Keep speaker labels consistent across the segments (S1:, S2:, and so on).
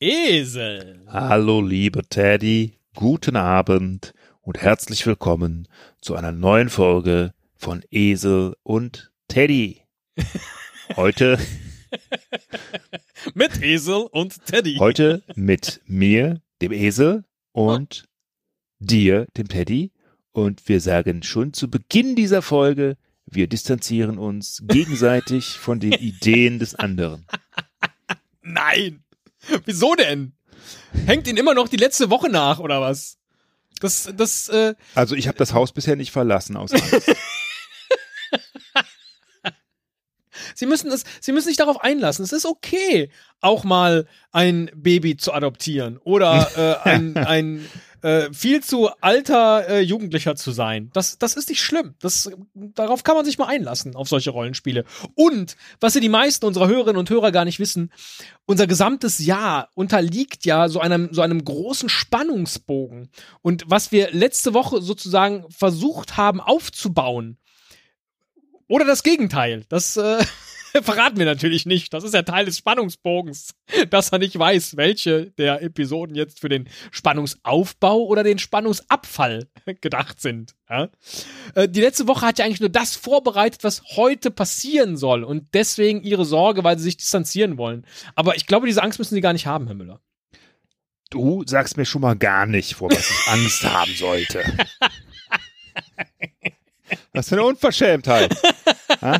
S1: Esel.
S2: Hallo, liebe Teddy, guten Abend und herzlich willkommen zu einer neuen Folge von Esel und Teddy. Heute,
S1: Mit Esel und Teddy.
S2: heute mit mir, dem Esel und dir, dem Teddy. Und wir sagen schon zu Beginn dieser Folge, wir distanzieren uns gegenseitig von den Ideen des anderen.
S1: Nein. Wieso denn? Hängt ihn immer noch die letzte Woche nach, oder was? Das, das, äh,
S2: Also ich habe das Haus bisher nicht verlassen aus Angst.
S1: Sie müssen es, Sie müssen sich darauf einlassen. Es ist okay, auch mal ein Baby zu adoptieren oder äh, ein, ein äh, viel zu alter äh, Jugendlicher zu sein. Das, das ist nicht schlimm. Das, darauf kann man sich mal einlassen, auf solche Rollenspiele. Und, was ja die meisten unserer Hörerinnen und Hörer gar nicht wissen, unser gesamtes Jahr unterliegt ja so einem, so einem großen Spannungsbogen. Und was wir letzte Woche sozusagen versucht haben aufzubauen, oder das Gegenteil. Das äh, verraten wir natürlich nicht. Das ist ja Teil des Spannungsbogens, dass er nicht weiß, welche der Episoden jetzt für den Spannungsaufbau oder den Spannungsabfall gedacht sind. Ja? Äh, die letzte Woche hat ja eigentlich nur das vorbereitet, was heute passieren soll. Und deswegen ihre Sorge, weil sie sich distanzieren wollen. Aber ich glaube, diese Angst müssen sie gar nicht haben, Herr Müller.
S2: Du sagst mir schon mal gar nicht, vor was ich Angst haben sollte. Was für eine Unverschämtheit. Ha?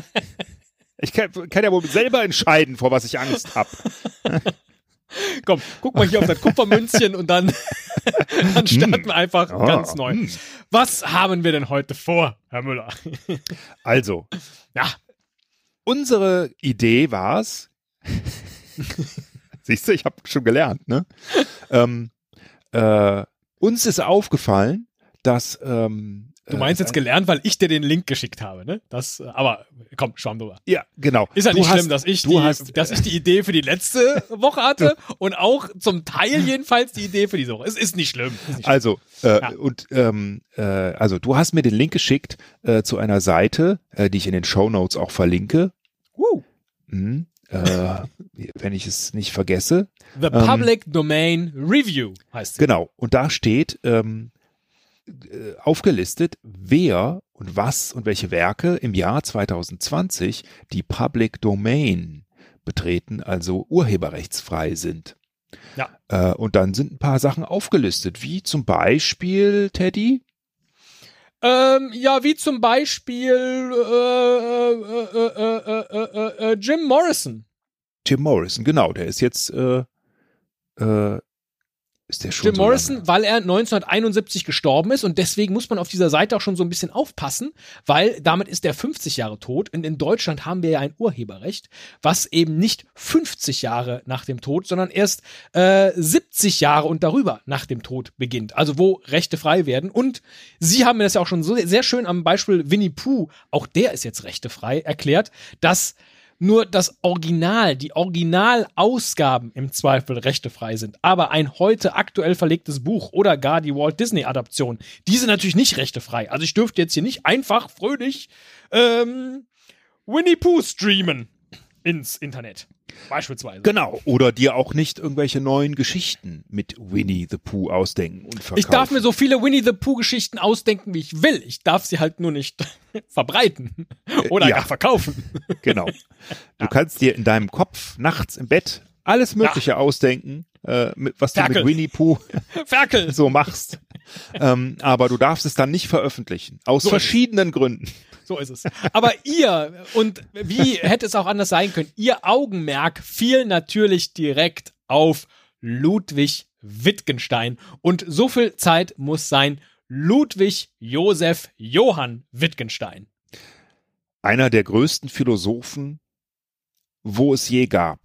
S2: Ich kann, kann ja wohl selber entscheiden, vor was ich Angst habe.
S1: Komm, guck mal hier auf das Kupfermünzchen und dann, dann starten wir einfach
S2: Hm. Ah,
S1: ganz neu. Was haben wir denn heute vor, Herr Müller?
S2: Also,
S1: Ja,
S2: unsere Idee war es. Siehst du, ich habe schon gelernt, ne? ähm, äh, uns ist aufgefallen, dass. Ähm,
S1: Du meinst jetzt gelernt, weil ich dir den Link geschickt habe, ne? Das, äh, aber komm, schwamm drüber.
S2: Äh, ja, genau.
S1: Ist ja
S2: Du
S1: nicht
S2: hast-
S1: schlimm, dass ich,
S2: du
S1: die,
S2: hast,
S1: dass ich die Idee für die letzte Woche hatte und auch zum Teil jedenfalls die Idee für diese Woche. Es ist nicht schlimm. Ist nicht schlimm.
S2: Also, äh,
S1: Ja.
S2: und ähm, äh, also du hast mir den Link geschickt äh, zu einer Seite, äh, die ich in den Show Notes auch verlinke.
S1: Woo.
S2: Mhm. Äh, wenn ich es nicht vergesse.
S1: The
S2: Ähm.
S1: Public Domain Review heißt sie.
S2: Genau. Und da steht ähm, äh, aufgelistet, wer und was und welche Werke im Jahr 2020 die Public Domain betreten, also urheberrechtsfrei sind.
S1: Ja.
S2: Äh, und dann sind ein paar Sachen aufgelistet, wie zum Beispiel, Teddy,
S1: Ähm, ja, wie zum Beispiel äh, äh, äh, äh, äh, äh, äh, Jim Morrison.
S2: Tim Morrison, genau, der ist jetzt, äh, äh, ist der schon
S1: Jim
S2: so
S1: Morrison,
S2: lange?
S1: weil er 1971 gestorben ist und deswegen muss man auf dieser Seite auch schon so ein bisschen aufpassen, weil damit ist er 50 Jahre tot und in Deutschland haben wir ja ein Urheberrecht, was eben nicht 50 Jahre nach dem Tod, sondern erst äh, 70 Jahre und darüber nach dem Tod beginnt. Also wo Rechte frei werden und Sie haben mir das ja auch schon so sehr schön am Beispiel Winnie Pooh, auch der ist jetzt rechtefrei, erklärt, dass nur das Original, die Originalausgaben im Zweifel rechtefrei sind. Aber ein heute aktuell verlegtes Buch oder gar die Walt Disney-Adaption, die sind natürlich nicht rechtefrei. Also ich dürfte jetzt hier nicht einfach fröhlich ähm, Winnie Pooh streamen ins Internet. Beispielsweise.
S2: Genau, oder dir auch nicht irgendwelche neuen Geschichten mit Winnie the Pooh ausdenken und verkaufen.
S1: Ich darf mir so viele Winnie the Pooh-Geschichten ausdenken, wie ich will. Ich darf sie halt nur nicht verbreiten oder
S2: Äh, ja.
S1: gar verkaufen.
S2: Genau. Du kannst dir in deinem Kopf nachts im Bett alles Mögliche ausdenken, äh, mit, was du
S1: Ferkel.
S2: mit Winnie Pooh
S1: Ferkel!
S2: so machst. ähm, aber du darfst es dann nicht veröffentlichen. Aus
S1: So ist es.
S2: verschiedenen Gründen.
S1: So ist es. Aber ihr, und wie hätte es auch anders sein können, ihr Augenmerk fiel natürlich direkt auf Ludwig Wittgenstein. Und so viel Zeit muss sein Ludwig Josef Johann Wittgenstein.
S2: Einer der größten Philosophen, wo es je gab.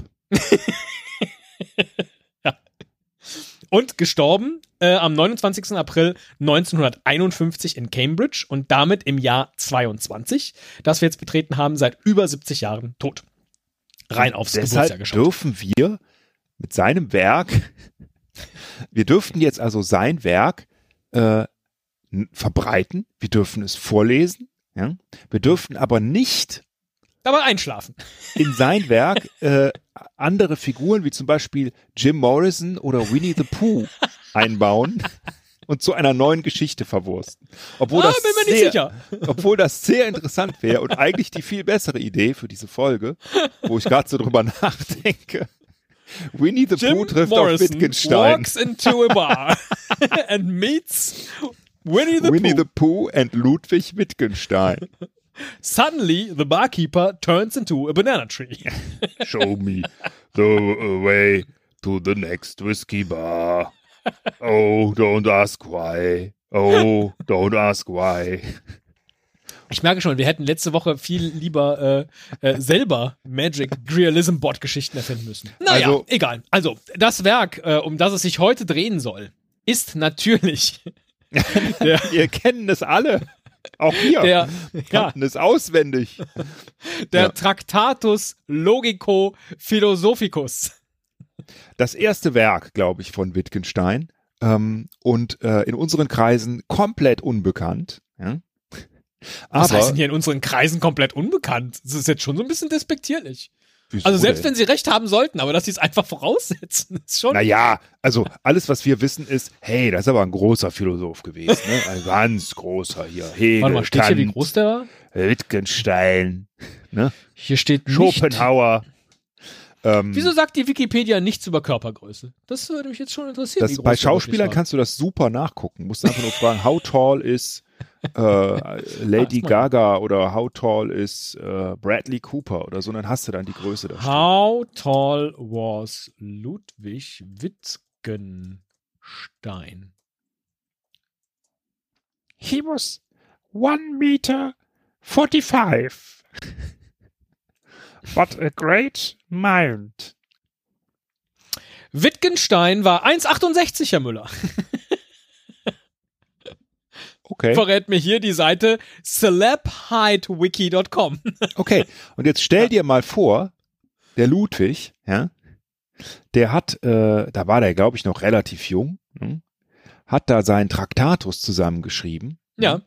S1: Und gestorben äh, am 29. April 1951 in Cambridge und damit im Jahr 22, das wir jetzt betreten haben, seit über 70 Jahren tot. Rein aufs Geburtsjahr
S2: Deshalb
S1: geschaut.
S2: dürfen wir mit seinem Werk, wir dürften jetzt also sein Werk äh, n- verbreiten, wir dürfen es vorlesen, ja? wir dürften aber nicht
S1: Dabei einschlafen.
S2: in sein Werk äh, andere Figuren wie zum Beispiel Jim Morrison oder Winnie the Pooh einbauen und zu einer neuen Geschichte verwursten. Obwohl,
S1: Ah,
S2: das
S1: bin mir nicht
S2: sehr,
S1: sicher.
S2: obwohl das sehr interessant wäre und eigentlich die viel bessere Idee für diese Folge, wo ich gerade so drüber nachdenke. Winnie the Pooh trifft auf Wittgenstein.
S1: walks into a bar and meets Winnie the
S2: Winnie
S1: Pooh.
S2: the Pooh and Ludwig Wittgenstein.
S1: Suddenly, the barkeeper turns into a banana tree.
S2: Show me the way to the next whiskey bar. Oh, don't ask why. Oh, don't ask why.
S1: Ich merke schon, wir hätten letzte Woche viel lieber äh, äh, selber Magic Realism Bot Geschichten erfinden müssen. Naja,
S2: Also-
S1: egal. Also, das Werk, äh, um das es sich heute drehen soll, ist natürlich der,
S2: Wir kennen es alle. Auch wir
S1: der, ja,
S2: kannten es auswendig.
S1: der
S2: Ja.
S1: Tractatus Logico Philosophicus.
S2: Das erste Werk, glaube ich, von Wittgenstein ähm, und äh, in unseren Kreisen komplett unbekannt. Ja? Aber
S1: Was heißt denn hier in unseren Kreisen komplett unbekannt? Das ist jetzt schon so ein bisschen despektierlich.
S2: Wieso
S1: Also selbst
S2: denn?
S1: wenn sie recht haben sollten, aber dass sie es einfach voraussetzen, ist schon.
S2: Naja, also alles, was wir wissen, ist, hey, das ist aber ein großer Philosoph gewesen. Ne? Ein ganz großer hier. Hegel,
S1: Warte mal, steht hier, wie
S2: Kant,
S1: groß der war?
S2: Wittgenstein, ne?
S1: Hier steht nicht.
S2: Schopenhauer. Ähm,
S1: Wieso sagt die Wikipedia nichts über Körpergröße? Das würde mich jetzt schon interessieren. wie
S2: das,
S1: groß
S2: bei
S1: der
S2: Schauspielern
S1: wirklich war.
S2: kannst du das super nachgucken. Musst einfach nur fragen, how tall is äh,
S1: Ah,
S2: Lady
S1: ist mal-
S2: Gaga oder how tall is äh, Bradley Cooper oder so, dann hast du dann die Größe da stehen.
S1: How tall was Ludwig Wittgenstein?
S2: He was one meter forty-five. What a great mind.
S1: Wittgenstein war 1,68, Herr Müller.
S2: Okay.
S1: Verrät mir hier die Seite celebhidewiki.com.
S2: Mhm. Okay, und jetzt stell dir mal vor, der Ludwig, ja, der hat, äh, da war der, glaube ich, noch relativ jung, hm, hat da seinen Traktatus zusammengeschrieben,
S1: Ja,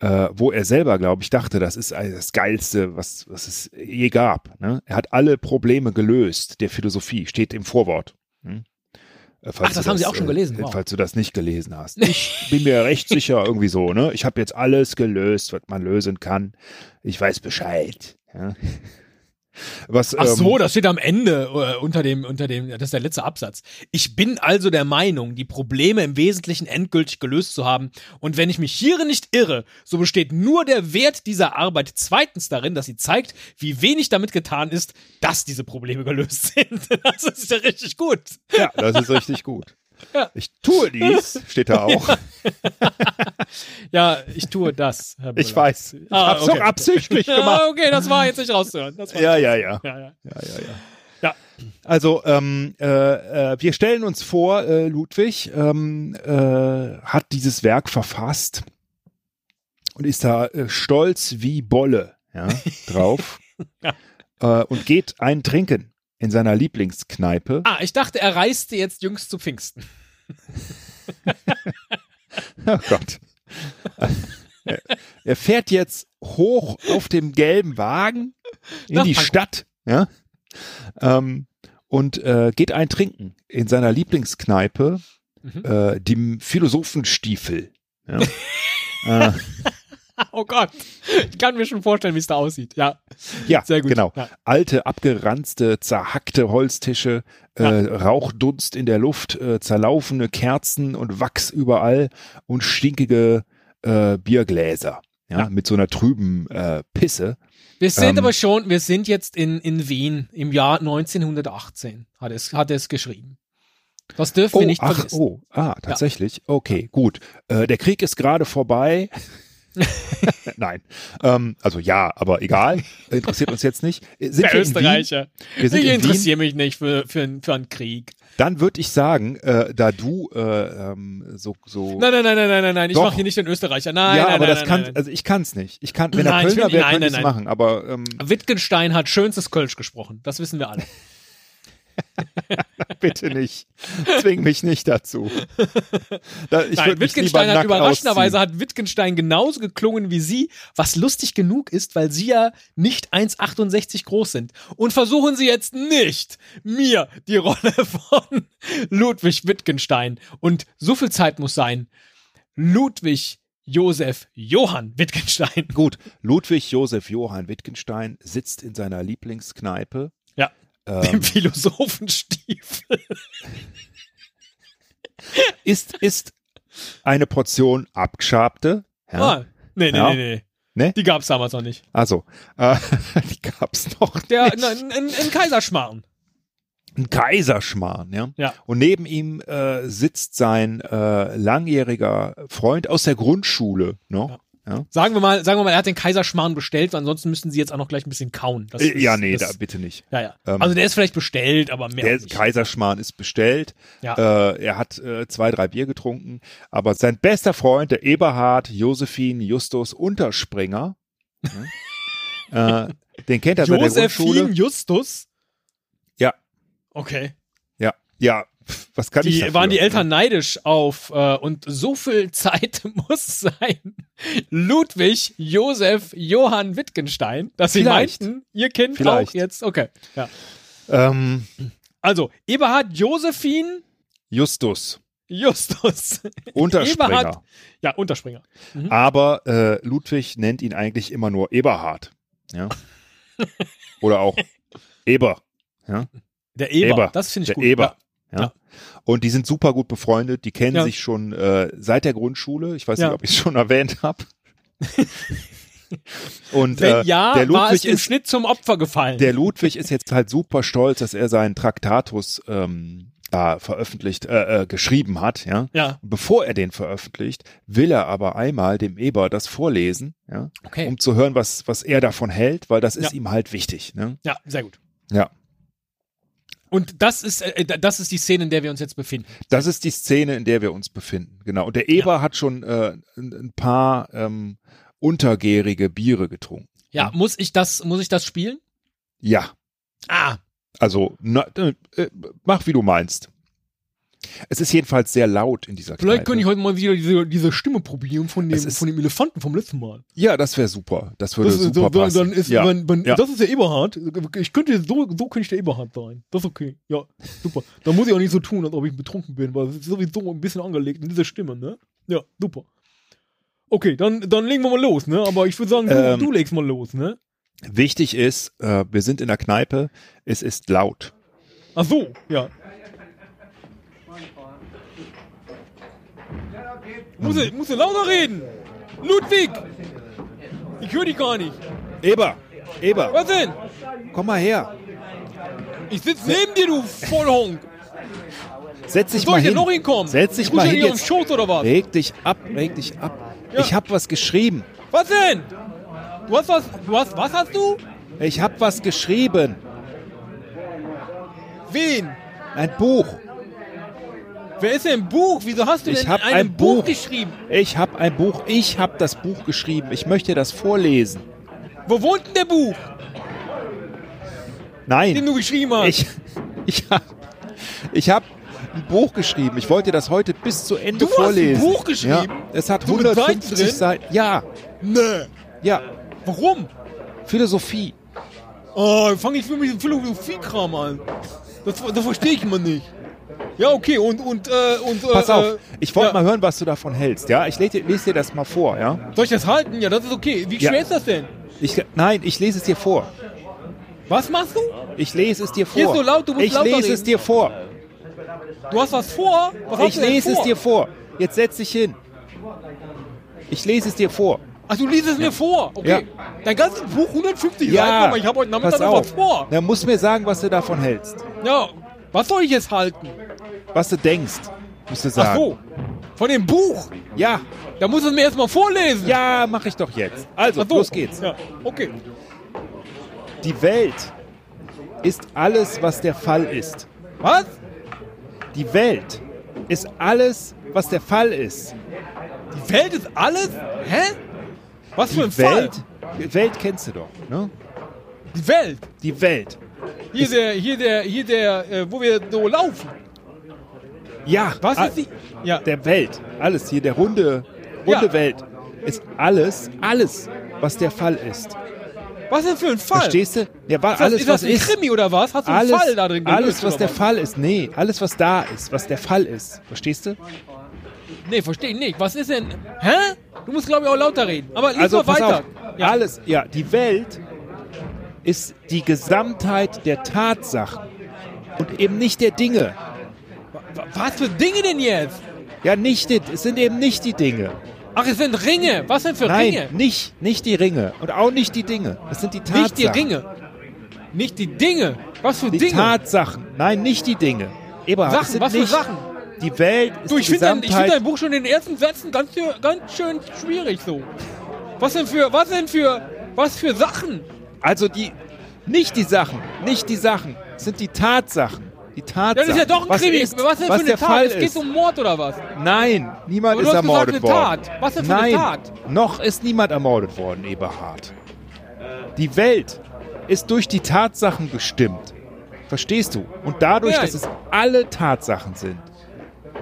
S2: äh, wo er selber, glaube ich, dachte, das ist äh, das Geilste, was, was es je gab. Ne? Er hat alle Probleme gelöst der Philosophie, steht im Vorwort. Hm? Äh, falls
S1: Ach,
S2: du
S1: das haben Sie auch schon
S2: äh,
S1: gelesen,
S2: äh,
S1: wow.
S2: Falls du das nicht gelesen hast. Ich bin mir recht sicher, irgendwie so, ne? Ich habe jetzt alles gelöst, was man lösen kann. Ich weiß Bescheid. Ja? Was,
S1: Ach so,
S2: ähm,
S1: das steht am Ende äh, unter dem, unter dem, das ist der letzte Absatz. Ich bin also der Meinung, die Probleme im Wesentlichen endgültig gelöst zu haben. Und wenn ich mich hierin nicht irre, so besteht nur der Wert dieser Arbeit zweitens darin, dass sie zeigt, wie wenig damit getan ist, dass diese Probleme gelöst sind. Das ist ja richtig gut.
S2: ja, das ist richtig gut.
S1: Ja.
S2: Ich tue dies, steht da auch.
S1: Ja, ich tue das, Herr
S2: Ich
S1: Müller.
S2: weiß. Ich
S1: Ah,
S2: hab's
S1: okay.
S2: doch absichtlich gemacht.
S1: Ja, okay, das war jetzt nicht rauszuhören. Das war
S2: Ja, ja, ja.
S1: ja, ja.
S2: ja, ja.
S1: Ja.
S2: Also ähm, äh, äh, wir stellen uns vor, äh, Ludwig ähm, äh, hat dieses Werk verfasst und ist da äh, stolz wie Bolle ja, drauf
S1: Ja.
S2: Äh, und geht ein Trinken in seiner Lieblingskneipe.
S1: Ah, ich dachte, er reiste jetzt jüngst zu Pfingsten. Ah.
S2: Oh Gott. Er- er fährt jetzt hoch auf dem gelben Wagen in
S1: Nach
S2: die
S1: Frankfurt.
S2: Stadt ja? ähm, und äh, geht ein Trinken in seiner Lieblingskneipe,
S1: Mhm.
S2: äh, dem Philosophenstiefel. Ja, äh,
S1: Oh Gott. Ich kann mir schon vorstellen, wie es da aussieht. Ja.
S2: ja
S1: Sehr gut.
S2: genau.
S1: Ja.
S2: Alte, abgeranzte, zerhackte Holztische, äh, Rauchdunst in der Luft, äh, zerlaufene Kerzen und Wachs überall und stinkige äh, Biergläser. Ja, mit so einer trüben äh, Pisse.
S1: Wir sind
S2: Ähm,
S1: aber schon, wir sind jetzt in, in Wien im Jahr 1918, hat es, hat es geschrieben. Das dürfen wir nicht
S2: ach,
S1: vergessen.
S2: oh, ah, tatsächlich. Okay, gut. Äh, der Krieg ist gerade vorbei. Nein. Ähm, also ja, aber egal. Interessiert uns jetzt nicht. Äh,
S1: Der
S2: Sind wir in Wien?
S1: Österreicher.
S2: Wir sind
S1: ich
S2: in Wien.
S1: interessiere mich nicht für, für, einen- für einen Krieg.
S2: Dann würde ich sagen, äh, da du äh, ähm, so, so
S1: Nein, nein, nein, nein, nein, nein, nein. Ich
S2: Doch.
S1: mache hier nicht den Österreicher. Nein,
S2: ja,
S1: nein,
S2: aber
S1: nein,
S2: das
S1: nein,
S2: kann,
S1: nein, nein.
S2: also ich kann es nicht. Ich kann, wenn
S1: Nein,
S2: er
S1: ich
S2: Kölner
S1: will-
S2: wäre,
S1: nein,
S2: könnte ich
S1: nein,
S2: machen. Aber ähm,
S1: Wittgenstein hat schönstes Kölsch gesprochen. Das wissen wir alle.
S2: Bitte nicht. Zwing mich nicht dazu. Da,
S1: Nein,
S2: ich würd mich lieber
S1: Wittgenstein hat
S2: nackt
S1: überraschenderweise
S2: ausziehen.
S1: hat Wittgenstein genauso geklungen wie sie, was lustig genug ist, weil sie ja nicht 1,68 groß sind. Und versuchen sie jetzt nicht, mir die Rolle von Ludwig Wittgenstein und so viel Zeit muss sein, Ludwig Josef Johann Wittgenstein.
S2: Gut, Ludwig Josef Johann Wittgenstein sitzt in seiner Lieblingskneipe.
S1: Ja.
S2: Ähm,
S1: Dem Philosophenstiefel.
S2: ist, ist eine Portion abgeschabte. Ja,
S1: Ah, nee, nee,
S2: Ja.
S1: nee, nee.
S2: Ne?
S1: Die gab's damals noch nicht.
S2: Also, äh, die gab's noch
S1: Der,
S2: nicht.
S1: in, in, in Kaiserschmarrn.
S2: Ein Kaiserschmarrn, ja.
S1: Ja.
S2: Und neben ihm äh, sitzt sein äh, langjähriger Freund aus der Grundschule. Ne?
S1: Sagen wir mal, sagen wir mal, er hat den Kaiserschmarrn bestellt, weil ansonsten müssen sie jetzt auch noch gleich ein bisschen kauen. Das
S2: Äh,
S1: ist-
S2: ja, nee,
S1: das,
S2: da bitte nicht.
S1: Ja, ja.
S2: Ähm,
S1: also der ist vielleicht bestellt, aber mehr
S2: Der
S1: auch nicht.
S2: Kaiserschmarrn ist bestellt.
S1: Ja.
S2: Äh, er hat äh, zwei, drei Bier getrunken. Aber sein bester Freund, der Eberhard Josephine Justus Unterspringer, ne? äh, den kennt er seit der Grundschule.
S1: Josephine Justus?
S2: Ja.
S1: Okay.
S2: Ja, ja. Pff, Was kann ich
S1: Die,
S2: dafür?
S1: waren die Eltern neidisch auf äh, und so viel Zeit muss sein. Ludwig Josef Johann Wittgenstein, dass sie
S2: Vielleicht.
S1: meinten, ihr Kind auch
S2: Vielleicht.
S1: jetzt. Okay. Ja.
S2: Ähm,
S1: Also, Eberhard Josephine
S2: Justus
S1: Justus.
S2: Unterspringer.
S1: Eberhard- Ja, Unterspringer.
S2: Aber äh, Ludwig nennt ihn eigentlich immer nur Eberhard. Ja? Oder auch Eber.
S1: Der Eber.
S2: Eber.
S1: Das finde ich
S2: der
S1: gut.
S2: Eber. Ja.
S1: Ja.
S2: Und die sind super gut befreundet. Die kennen
S1: Ja.
S2: sich schon äh, seit der Grundschule. Ich weiß
S1: Ja.
S2: nicht, ob ich es schon erwähnt habe. Und
S1: Wenn
S2: äh,
S1: ja,
S2: der
S1: war es
S2: Ludwig
S1: im
S2: ist
S1: Schnitt zum Opfer gefallen.
S2: der Ludwig ist jetzt halt super stolz, dass er seinen Traktatus ähm, da veröffentlicht, äh, äh, geschrieben hat. Ja.
S1: ja,
S2: Bevor er den veröffentlicht, will er aber einmal dem Eber das vorlesen, ja,
S1: okay.
S2: um zu hören, was, was er davon hält, weil das
S1: Ja.
S2: ist ihm halt wichtig. Ne?
S1: ja, sehr gut.
S2: Ja.
S1: Und das ist, äh, das ist die Szene, in der wir uns jetzt befinden.
S2: Das ist die Szene, in der wir uns befinden. Genau. Und der Eber hat schon äh, ein, ein paar ähm, untergärige Biere getrunken.
S1: Ja, muss ich das, muss ich das spielen?
S2: Ja,
S1: Ah,
S2: also na, äh, äh, mach wie du meinst. Es ist jedenfalls sehr laut in dieser
S1: vielleicht könnte ich heute
S2: Kneipe.
S1: mal wieder diese, diese Stimme probieren von dem,
S2: Es ist-
S1: von dem Elefanten vom letzten Mal.
S2: Ja, das wäre super. Das würde
S1: ist,
S2: super
S1: dann,
S2: passen.
S1: dann ist,
S2: ja.
S1: wenn, wenn,
S2: Ja.
S1: Das ist der Eberhard. Ich könnte, so, so könnte ich der Eberhard sein. Das ist okay. Ja, super. Dann muss ich auch nicht so tun, als ob ich betrunken bin, weil es ist sowieso ein bisschen angelegt in dieser Stimme, ne? Ja, super. Okay, dann, dann legen wir mal los, ne? Aber ich würde sagen, du,
S2: Ähm.
S1: du legst mal los, ne?
S2: Wichtig ist, äh, wir sind in der Kneipe, es ist laut.
S1: Ach so, ja. Muss er, muss er lauter reden? Ludwig! Ich höre dich gar nicht.
S2: Eber, Eber,
S1: Was denn?
S2: komm mal her.
S1: Ich sitze neben dir, du Vollhonk.
S2: Setz dich
S1: Soll
S2: mal
S1: ich denn
S2: hin.
S1: noch hinkommen?
S2: Setz
S1: Ich
S2: dich
S1: muss
S2: mal
S1: ja
S2: hin.
S1: nicht auf
S2: Jetzt.
S1: den Schoß oder was?
S2: Reg dich ab, reg dich ab.
S1: Ja.
S2: Ich hab was geschrieben.
S1: Was denn? Du hast was, du hast, was hast du?
S2: Ich hab was geschrieben.
S1: Wen?
S2: Ein Buch.
S1: Wer ist denn im Buch? Wieso hast du
S2: Ich
S1: denn
S2: hab
S1: in einem
S2: ein
S1: Buch
S2: Buch.
S1: geschrieben?
S2: Ich hab ein Buch. Ich hab das Buch geschrieben. Ich möchte das vorlesen.
S1: Wo wohnt denn der Buch, den
S2: Nein,
S1: du geschrieben hast?
S2: ich, ich hab, ich hab ein Buch geschrieben. Ich wollte das heute bis zu Ende
S1: Du hast ein
S2: vorlesen.
S1: Buch geschrieben?
S2: Ja, es hat
S1: So mit Seiten
S2: 150
S1: drin?
S2: Seiten. Ja,
S1: Nee.
S2: ja.
S1: Ne. Warum?
S2: Philosophie.
S1: Oh, fange ich mit diesem Philosophiekram an. Das, das verstehe ich immer nicht. Ja, okay, und, und, äh, und, äh,
S2: Pass
S1: äh,
S2: auf, ich wollte
S1: ja.
S2: mal hören, was du davon hältst. Ja, ich lese, lese dir das mal vor. Ja,
S1: Soll ich das halten? Ja, das ist okay. Wie
S2: Ja.
S1: schwer ist das denn?
S2: ich, nein, ich lese es dir vor.
S1: Was machst du?
S2: Ich lese es dir vor.
S1: Hier ist so laut, du musst
S2: ich
S1: lauter
S2: lese
S1: reden.
S2: es dir vor.
S1: Du hast was vor? Was hast
S2: ich
S1: du denn
S2: lese
S1: vor?
S2: es dir vor. Jetzt setz dich hin. Ich lese es dir vor.
S1: Ach, Also du liest es mir vor. Okay. Dein ganzes Buch 150 Seiten, aber ich habe heute Nachmittag
S2: pass
S1: noch was
S2: auf.
S1: vor.
S2: Dann musst du mir sagen, was du davon hältst.
S1: Ja, was soll ich jetzt halten?
S2: Was du denkst, musst du
S1: Ach
S2: sagen.
S1: so, von dem Buch.
S2: Ja,
S1: Da muss es mir erstmal vorlesen.
S2: ja, mach ich doch jetzt. Also,
S1: Ach so.
S2: los geht's.
S1: Ja, okay.
S2: Die Welt ist alles, was der Fall ist.
S1: Was?
S2: Die Welt ist alles, was der Fall ist.
S1: Die Welt ist alles? Hä? Was für ein
S2: Die Welt, die Welt kennst du doch,
S1: Fall?
S2: ne?
S1: Die Welt.
S2: Die Welt.
S1: Hier der, hier der, hier der, äh, wo wir so laufen.
S2: Ja,
S1: Was
S2: ah,
S1: ist die? Ja,
S2: der Welt, alles hier, der runde, runde
S1: Ja.
S2: Welt, ist alles, alles, was der Fall ist.
S1: was denn für ein Fall?
S2: Verstehst du? Ja, war
S1: Ist das,
S2: alles,
S1: ist das
S2: was
S1: ein
S2: ist.
S1: Krimi oder was? Hast du einen
S2: alles,
S1: Fall da drin gelöst
S2: alles, was
S1: oder
S2: der Fall ist. Nee, alles, was da ist, was der Fall ist. Verstehst du?
S1: Nee, verstehe ich nicht. Was ist denn? Hä? Du musst, glaube ich, auch lauter reden. Aber lies
S2: Also
S1: mal
S2: pass
S1: weiter.
S2: auf. Alles, ja, die Welt ist die Gesamtheit der Tatsachen und eben nicht der Dinge.
S1: Wa- Was für Dinge denn jetzt?
S2: Ja, nicht, die- es sind eben nicht die Dinge.
S1: Ach, es sind Ringe. Was denn für
S2: Nein,
S1: Ringe?
S2: nicht, nicht die Ringe und auch nicht die Dinge. Es sind die Tatsachen.
S1: Nicht die Ringe. Nicht die Dinge. Was für
S2: Die
S1: Dinge?
S2: Tatsachen. Nein, nicht die Dinge. Eberhard,
S1: Sachen,
S2: es sind
S1: was für
S2: nicht,
S1: Sachen?
S2: Die Welt ist
S1: Du, ich
S2: die
S1: finde dein, ich
S2: Gesamtheit.
S1: find dein Buch schon in den ersten Sätzen ganz, schön- ganz schön schwierig so. Was denn für, was denn für, was für Sachen?
S2: also die, nicht die Sachen, nicht die Sachen, es sind die Tatsachen. Die Tatsachen.
S1: Ja, das ist ja doch ein
S2: was
S1: Krimi.
S2: Ist,
S1: was denn für eine
S2: der
S1: Tat?
S2: Fall
S1: es geht
S2: ist.
S1: um Mord oder was?
S2: Nein, niemand
S1: Aber du
S2: ist
S1: hast gesagt,
S2: ermordet
S1: eine
S2: worden.
S1: Tat. Was denn für eine
S2: Nein,
S1: Tat?
S2: noch ist niemand ermordet worden, Eberhard. Die Welt ist durch die Tatsachen bestimmt. Verstehst du? Und dadurch,
S1: Nein.
S2: dass es alle Tatsachen sind.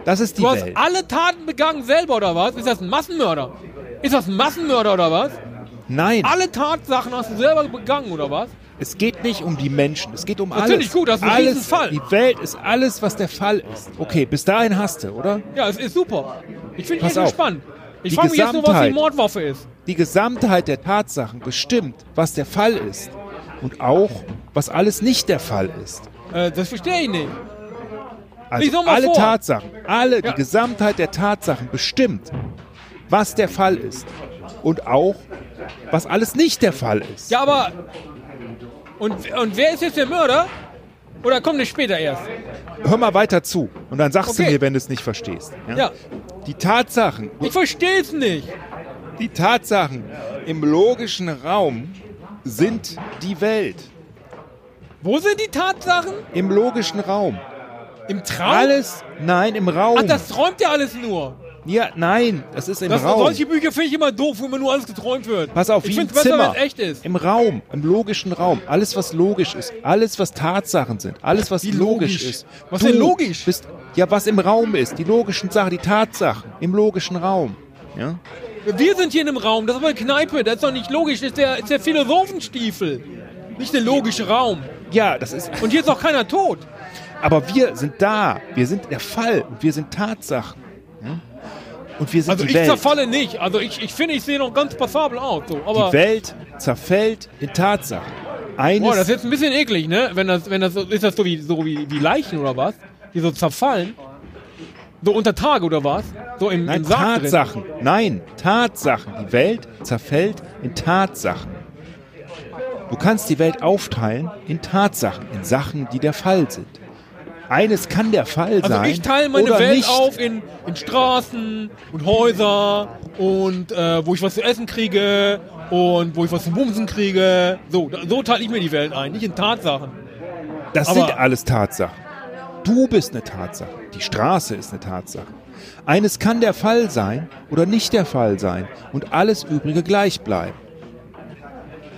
S2: Das ist die
S1: Du hast
S2: Welt.
S1: alle Taten begangen selber oder was? Ist das ein Massenmörder? Ist das ein Massenmörder oder was?
S2: Nein,
S1: Alle Tatsachen hast du selber begangen oder was?
S2: es geht nicht um die Menschen. Es geht um alles.
S1: Natürlich, gut, das ist ein
S2: alles,
S1: Riesenfall.
S2: Die Welt ist alles, was der Fall ist. Okay, bis dahin hast du, oder?
S1: Ja, es ist super. Ich finde
S2: Pass
S1: echt
S2: auf.
S1: gespannt. Ich
S2: Die
S1: frage mich jetzt nur, was die
S2: Gesamtheit.
S1: Mordwaffe ist.
S2: Die Gesamtheit der Tatsachen bestimmt, was der Fall ist. Und auch, was alles nicht der Fall ist.
S1: Äh, das verstehe ich nicht. Lies
S2: Also
S1: doch mal
S2: alle
S1: vor.
S2: Tatsachen, alle,
S1: Ja.
S2: die Gesamtheit der Tatsachen bestimmt, was der Fall ist. Und auch, was alles nicht der Fall ist.
S1: Ja, aber. Und, und wer ist jetzt der Mörder? Oder kommt es später erst?
S2: Hör mal weiter zu und dann sagst
S1: Okay.
S2: du mir, wenn du es nicht verstehst. Ja?
S1: Ja.
S2: Die Tatsachen,
S1: Ich verstehe es nicht.
S2: die Tatsachen im logischen Raum sind die Welt.
S1: Wo sind die Tatsachen?
S2: Im logischen Raum.
S1: Im Traum?
S2: Alles, nein, im Raum.
S1: Ach, das träumt ja alles nur.
S2: ja, nein, das ist im
S1: Das,
S2: Raum.
S1: solche Bücher finde ich immer doof, wo immer nur alles geträumt wird.
S2: Pass auf,
S1: ich
S2: wie im
S1: finde es besser, wenn
S2: Zimmer.
S1: es echt ist.
S2: Im Raum, im logischen Raum. Alles, was logisch ist. Alles, was Tatsachen sind. Alles, was
S1: Wie
S2: logisch?
S1: logisch?
S2: ist.
S1: Was
S2: Du
S1: denn logisch?
S2: Bist, ja, was im Raum ist. Die logischen Sachen, die Tatsachen. Im logischen Raum. Ja?
S1: Wir sind hier in einem Raum, das ist aber eine Kneipe, das ist doch nicht logisch, das ist der, ist der Philosophenstiefel. Nicht der logische Raum.
S2: ja, das ist.
S1: Und hier ist auch keiner tot.
S2: Aber wir sind da. Wir sind der Fall. Und wir sind Tatsachen. Ja? Und wir sind
S1: Also
S2: die
S1: ich
S2: Welt.
S1: zerfalle nicht. Also ich, ich finde, ich sehe noch ganz passabel aus. So. Aber
S2: die Welt zerfällt in Tatsachen. Eines.
S1: boah, das ist jetzt ein bisschen eklig, ne? Wenn das, wenn das so- ist das so wie so wie, wie Leichen oder was? Die so zerfallen. So unter Tage oder was? So im,
S2: Nein,
S1: im Sarg drin.
S2: Tatsachen. Nein, Tatsachen. Die Welt zerfällt in Tatsachen. Du kannst die Welt aufteilen in Tatsachen, in Sachen, die der Fall sind. Eines kann der Fall
S1: Also
S2: sein.
S1: ich teile meine
S2: oder
S1: Welt
S2: nicht.
S1: auf in, in Straßen und Häuser und äh, wo ich was zu essen kriege und wo ich was zu bumsen kriege. So, da, so teile ich mir die Welt ein, nicht in Tatsachen.
S2: Das
S1: aber-
S2: sind alles Tatsachen. Du bist eine Tatsache. Die Straße ist eine Tatsache. Eines kann der Fall sein oder nicht der Fall sein und alles übrige gleich bleiben.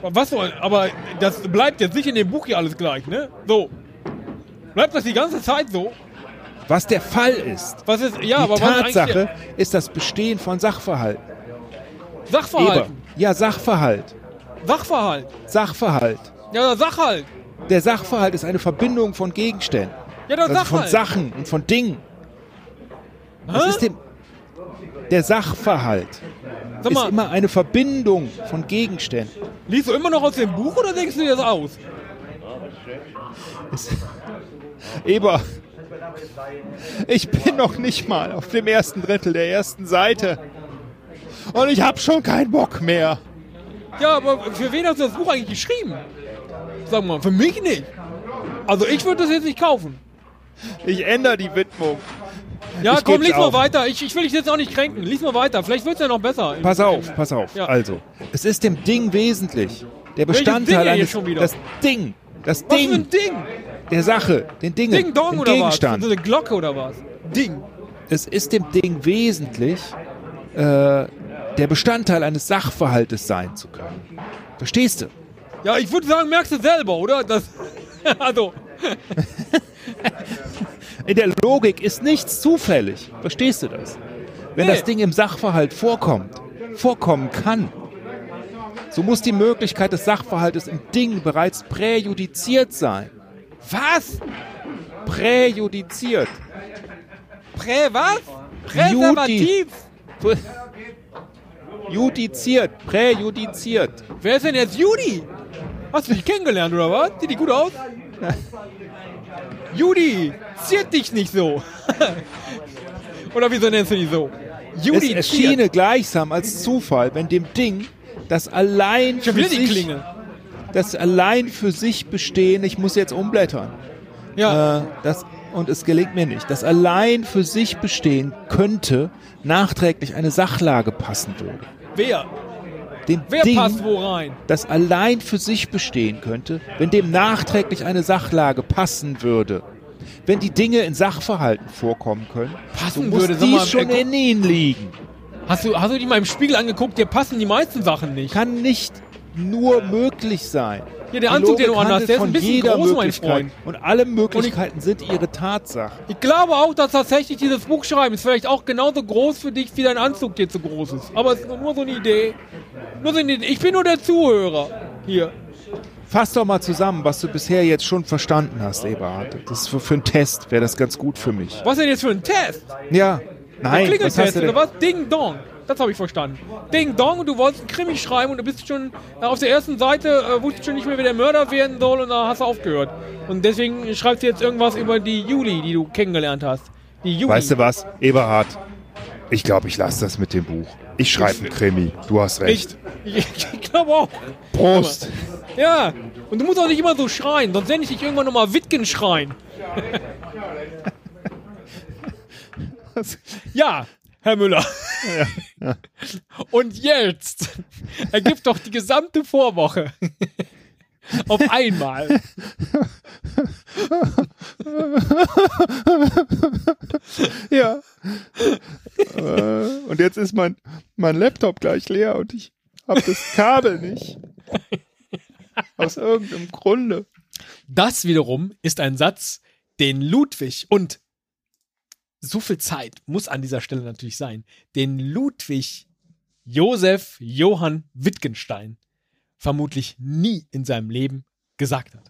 S1: Was soll, aber das bleibt jetzt nicht in dem Buch hier alles gleich, ne? So. Bleibt das die ganze Zeit so?
S2: Was der Fall ist,
S1: Was ist, ja, aber
S2: die
S1: was ist eigentlich
S2: Tatsache ist das Bestehen von Sachverhalten.
S1: der Sachverhalten?
S2: Eber. Ja, Sachverhalt.
S1: Sachverhalt.
S2: Sachverhalt.
S1: Ja, Sachhalt.
S2: Der Sachverhalt ist eine Verbindung von Gegenständen,
S1: Ja, der
S2: also von
S1: Sachhalt.
S2: Sachen und von Dingen. Das
S1: Hä?
S2: ist dem, der Sachverhalt
S1: Sag
S2: ist
S1: mal,
S2: immer eine Verbindung von Gegenständen.
S1: liest du immer noch aus dem Buch oder denkst du dir das aus?
S2: Es- Eber, ich bin noch nicht mal auf dem ersten Drittel der ersten Seite. Und ich hab schon keinen Bock mehr.
S1: Ja, aber für wen hast du das Buch eigentlich geschrieben? Sag mal, für mich nicht. Also ich würde das jetzt nicht kaufen.
S2: Ich ändere die Widmung.
S1: Ja,
S2: Ich
S1: komm,
S2: geb's
S1: lies mal
S2: auf.
S1: weiter. Ich, ich will dich jetzt auch nicht kränken. Lies mal weiter. Vielleicht wird's ja noch besser.
S2: Pass auf, pass auf.
S1: Ja.
S2: Also, es ist dem Ding wesentlich. Der
S1: Welches Ding
S2: Bestandteil
S1: denn jetzt
S2: eines.
S1: schon wieder?
S2: Das Ding. Das
S1: Was
S2: Ding.
S1: für ein Ding?
S2: der Sache, den Dingen,
S1: Ding Dong
S2: dem
S1: oder was?
S2: Gegenstand.
S1: So eine Glocke oder was? Ding.
S2: Es ist dem Ding wesentlich, äh, der Bestandteil eines Sachverhaltes sein zu können. Verstehst du?
S1: Ja, ich würde sagen, merkst du selber, oder? Das, also,
S2: In der Logik ist nichts zufällig. Verstehst du das? Wenn
S1: Nee.
S2: das Ding im Sachverhalt vorkommt, vorkommen kann, so muss die Möglichkeit des Sachverhaltes im Ding bereits präjudiziert sein.
S1: was?
S2: Präjudiziert.
S1: Prä was?
S2: Präservativ? Judiziert, präjudiziert.
S1: Wer ist denn jetzt Judy? Hast du dich kennengelernt oder was? Sieht die gut aus? Judy, ziert dich nicht so. oder wieso nennst du die so?
S2: Es
S1: Judy, ziert.
S2: erschiene gleichsam als Zufall, wenn dem Ding das allein
S1: Schon
S2: für
S1: wieder die
S2: sich,
S1: Klingel.
S2: das allein für sich bestehen, ich muss jetzt umblättern.
S1: Ja,
S2: Äh, das, und es gelingt mir nicht. Das allein für sich bestehen könnte nachträglich eine Sachlage passen würde.
S1: wer?
S2: Dem
S1: Wer
S2: Ding,
S1: passt wo rein?
S2: das allein für sich bestehen könnte, wenn dem nachträglich eine Sachlage passen würde. Wenn die Dinge in Sachverhalten vorkommen können,
S1: Passen
S2: so muss
S1: würde, sag mal,
S2: dies schon
S1: äh,
S2: in ihnen liegen.
S1: Hast du, hast du die mal im Spiegel angeguckt? Dir passen die meisten Sachen nicht.
S2: Kann nicht nur möglich sein.
S1: Ja, der
S2: Die
S1: Anzug, den du
S2: Logik
S1: anhast, der ist ein
S2: handelt von
S1: bisschen
S2: jeder
S1: groß, mein
S2: Möglichkeit.
S1: Freund.
S2: Und alle Möglichkeiten sind ihre Tatsache.
S1: Ich glaube auch, dass tatsächlich dieses Buchschreiben ist vielleicht auch genauso groß für dich, wie dein Anzug dir zu groß ist. Aber es ist nur- nur so eine Idee. Nur so eine Idee. Ich bin nur der Zuhörer hier.
S2: Fass doch mal zusammen, was du bisher jetzt schon verstanden hast, Eberhard. Das ist für, für einen Test, wäre das ganz gut für mich.
S1: Was ist denn jetzt für ein Test?
S2: Ja.
S1: Ein
S2: Nein, was hast
S1: Klingeltest
S2: du
S1: oder
S2: denn?
S1: was? Ding Dong. Das habe ich verstanden. Ding Dong und du wolltest einen Krimi schreiben und du bist schon äh, auf der ersten Seite, äh, wusstest schon nicht mehr, wer der Mörder werden soll und da hast du aufgehört. Und deswegen schreibst du jetzt irgendwas über die Juli, die du kennengelernt hast. Die Juli.
S2: Weißt du was, Eberhard? Ich glaube, ich lasse das mit dem Buch. Ich schreibe einen Krimi. Du hast
S1: ich,
S2: recht.
S1: ich, ich glaube auch.
S2: Prost.
S1: Ja, und du musst auch nicht immer so schreien, sonst nenne ich dich irgendwann nochmal Wittgen schreien. Ja, Herr Müller. Und jetzt ergibt doch die gesamte Vorwoche auf einmal.
S2: Ja. Äh, und jetzt ist mein, mein Laptop gleich leer und ich habe das Kabel nicht. Aus irgendeinem Grunde.
S1: Das wiederum ist ein Satz, den Ludwig und so viel Zeit muss an dieser Stelle natürlich sein, den Ludwig Josef Johann Wittgenstein vermutlich nie in seinem Leben gesagt hat.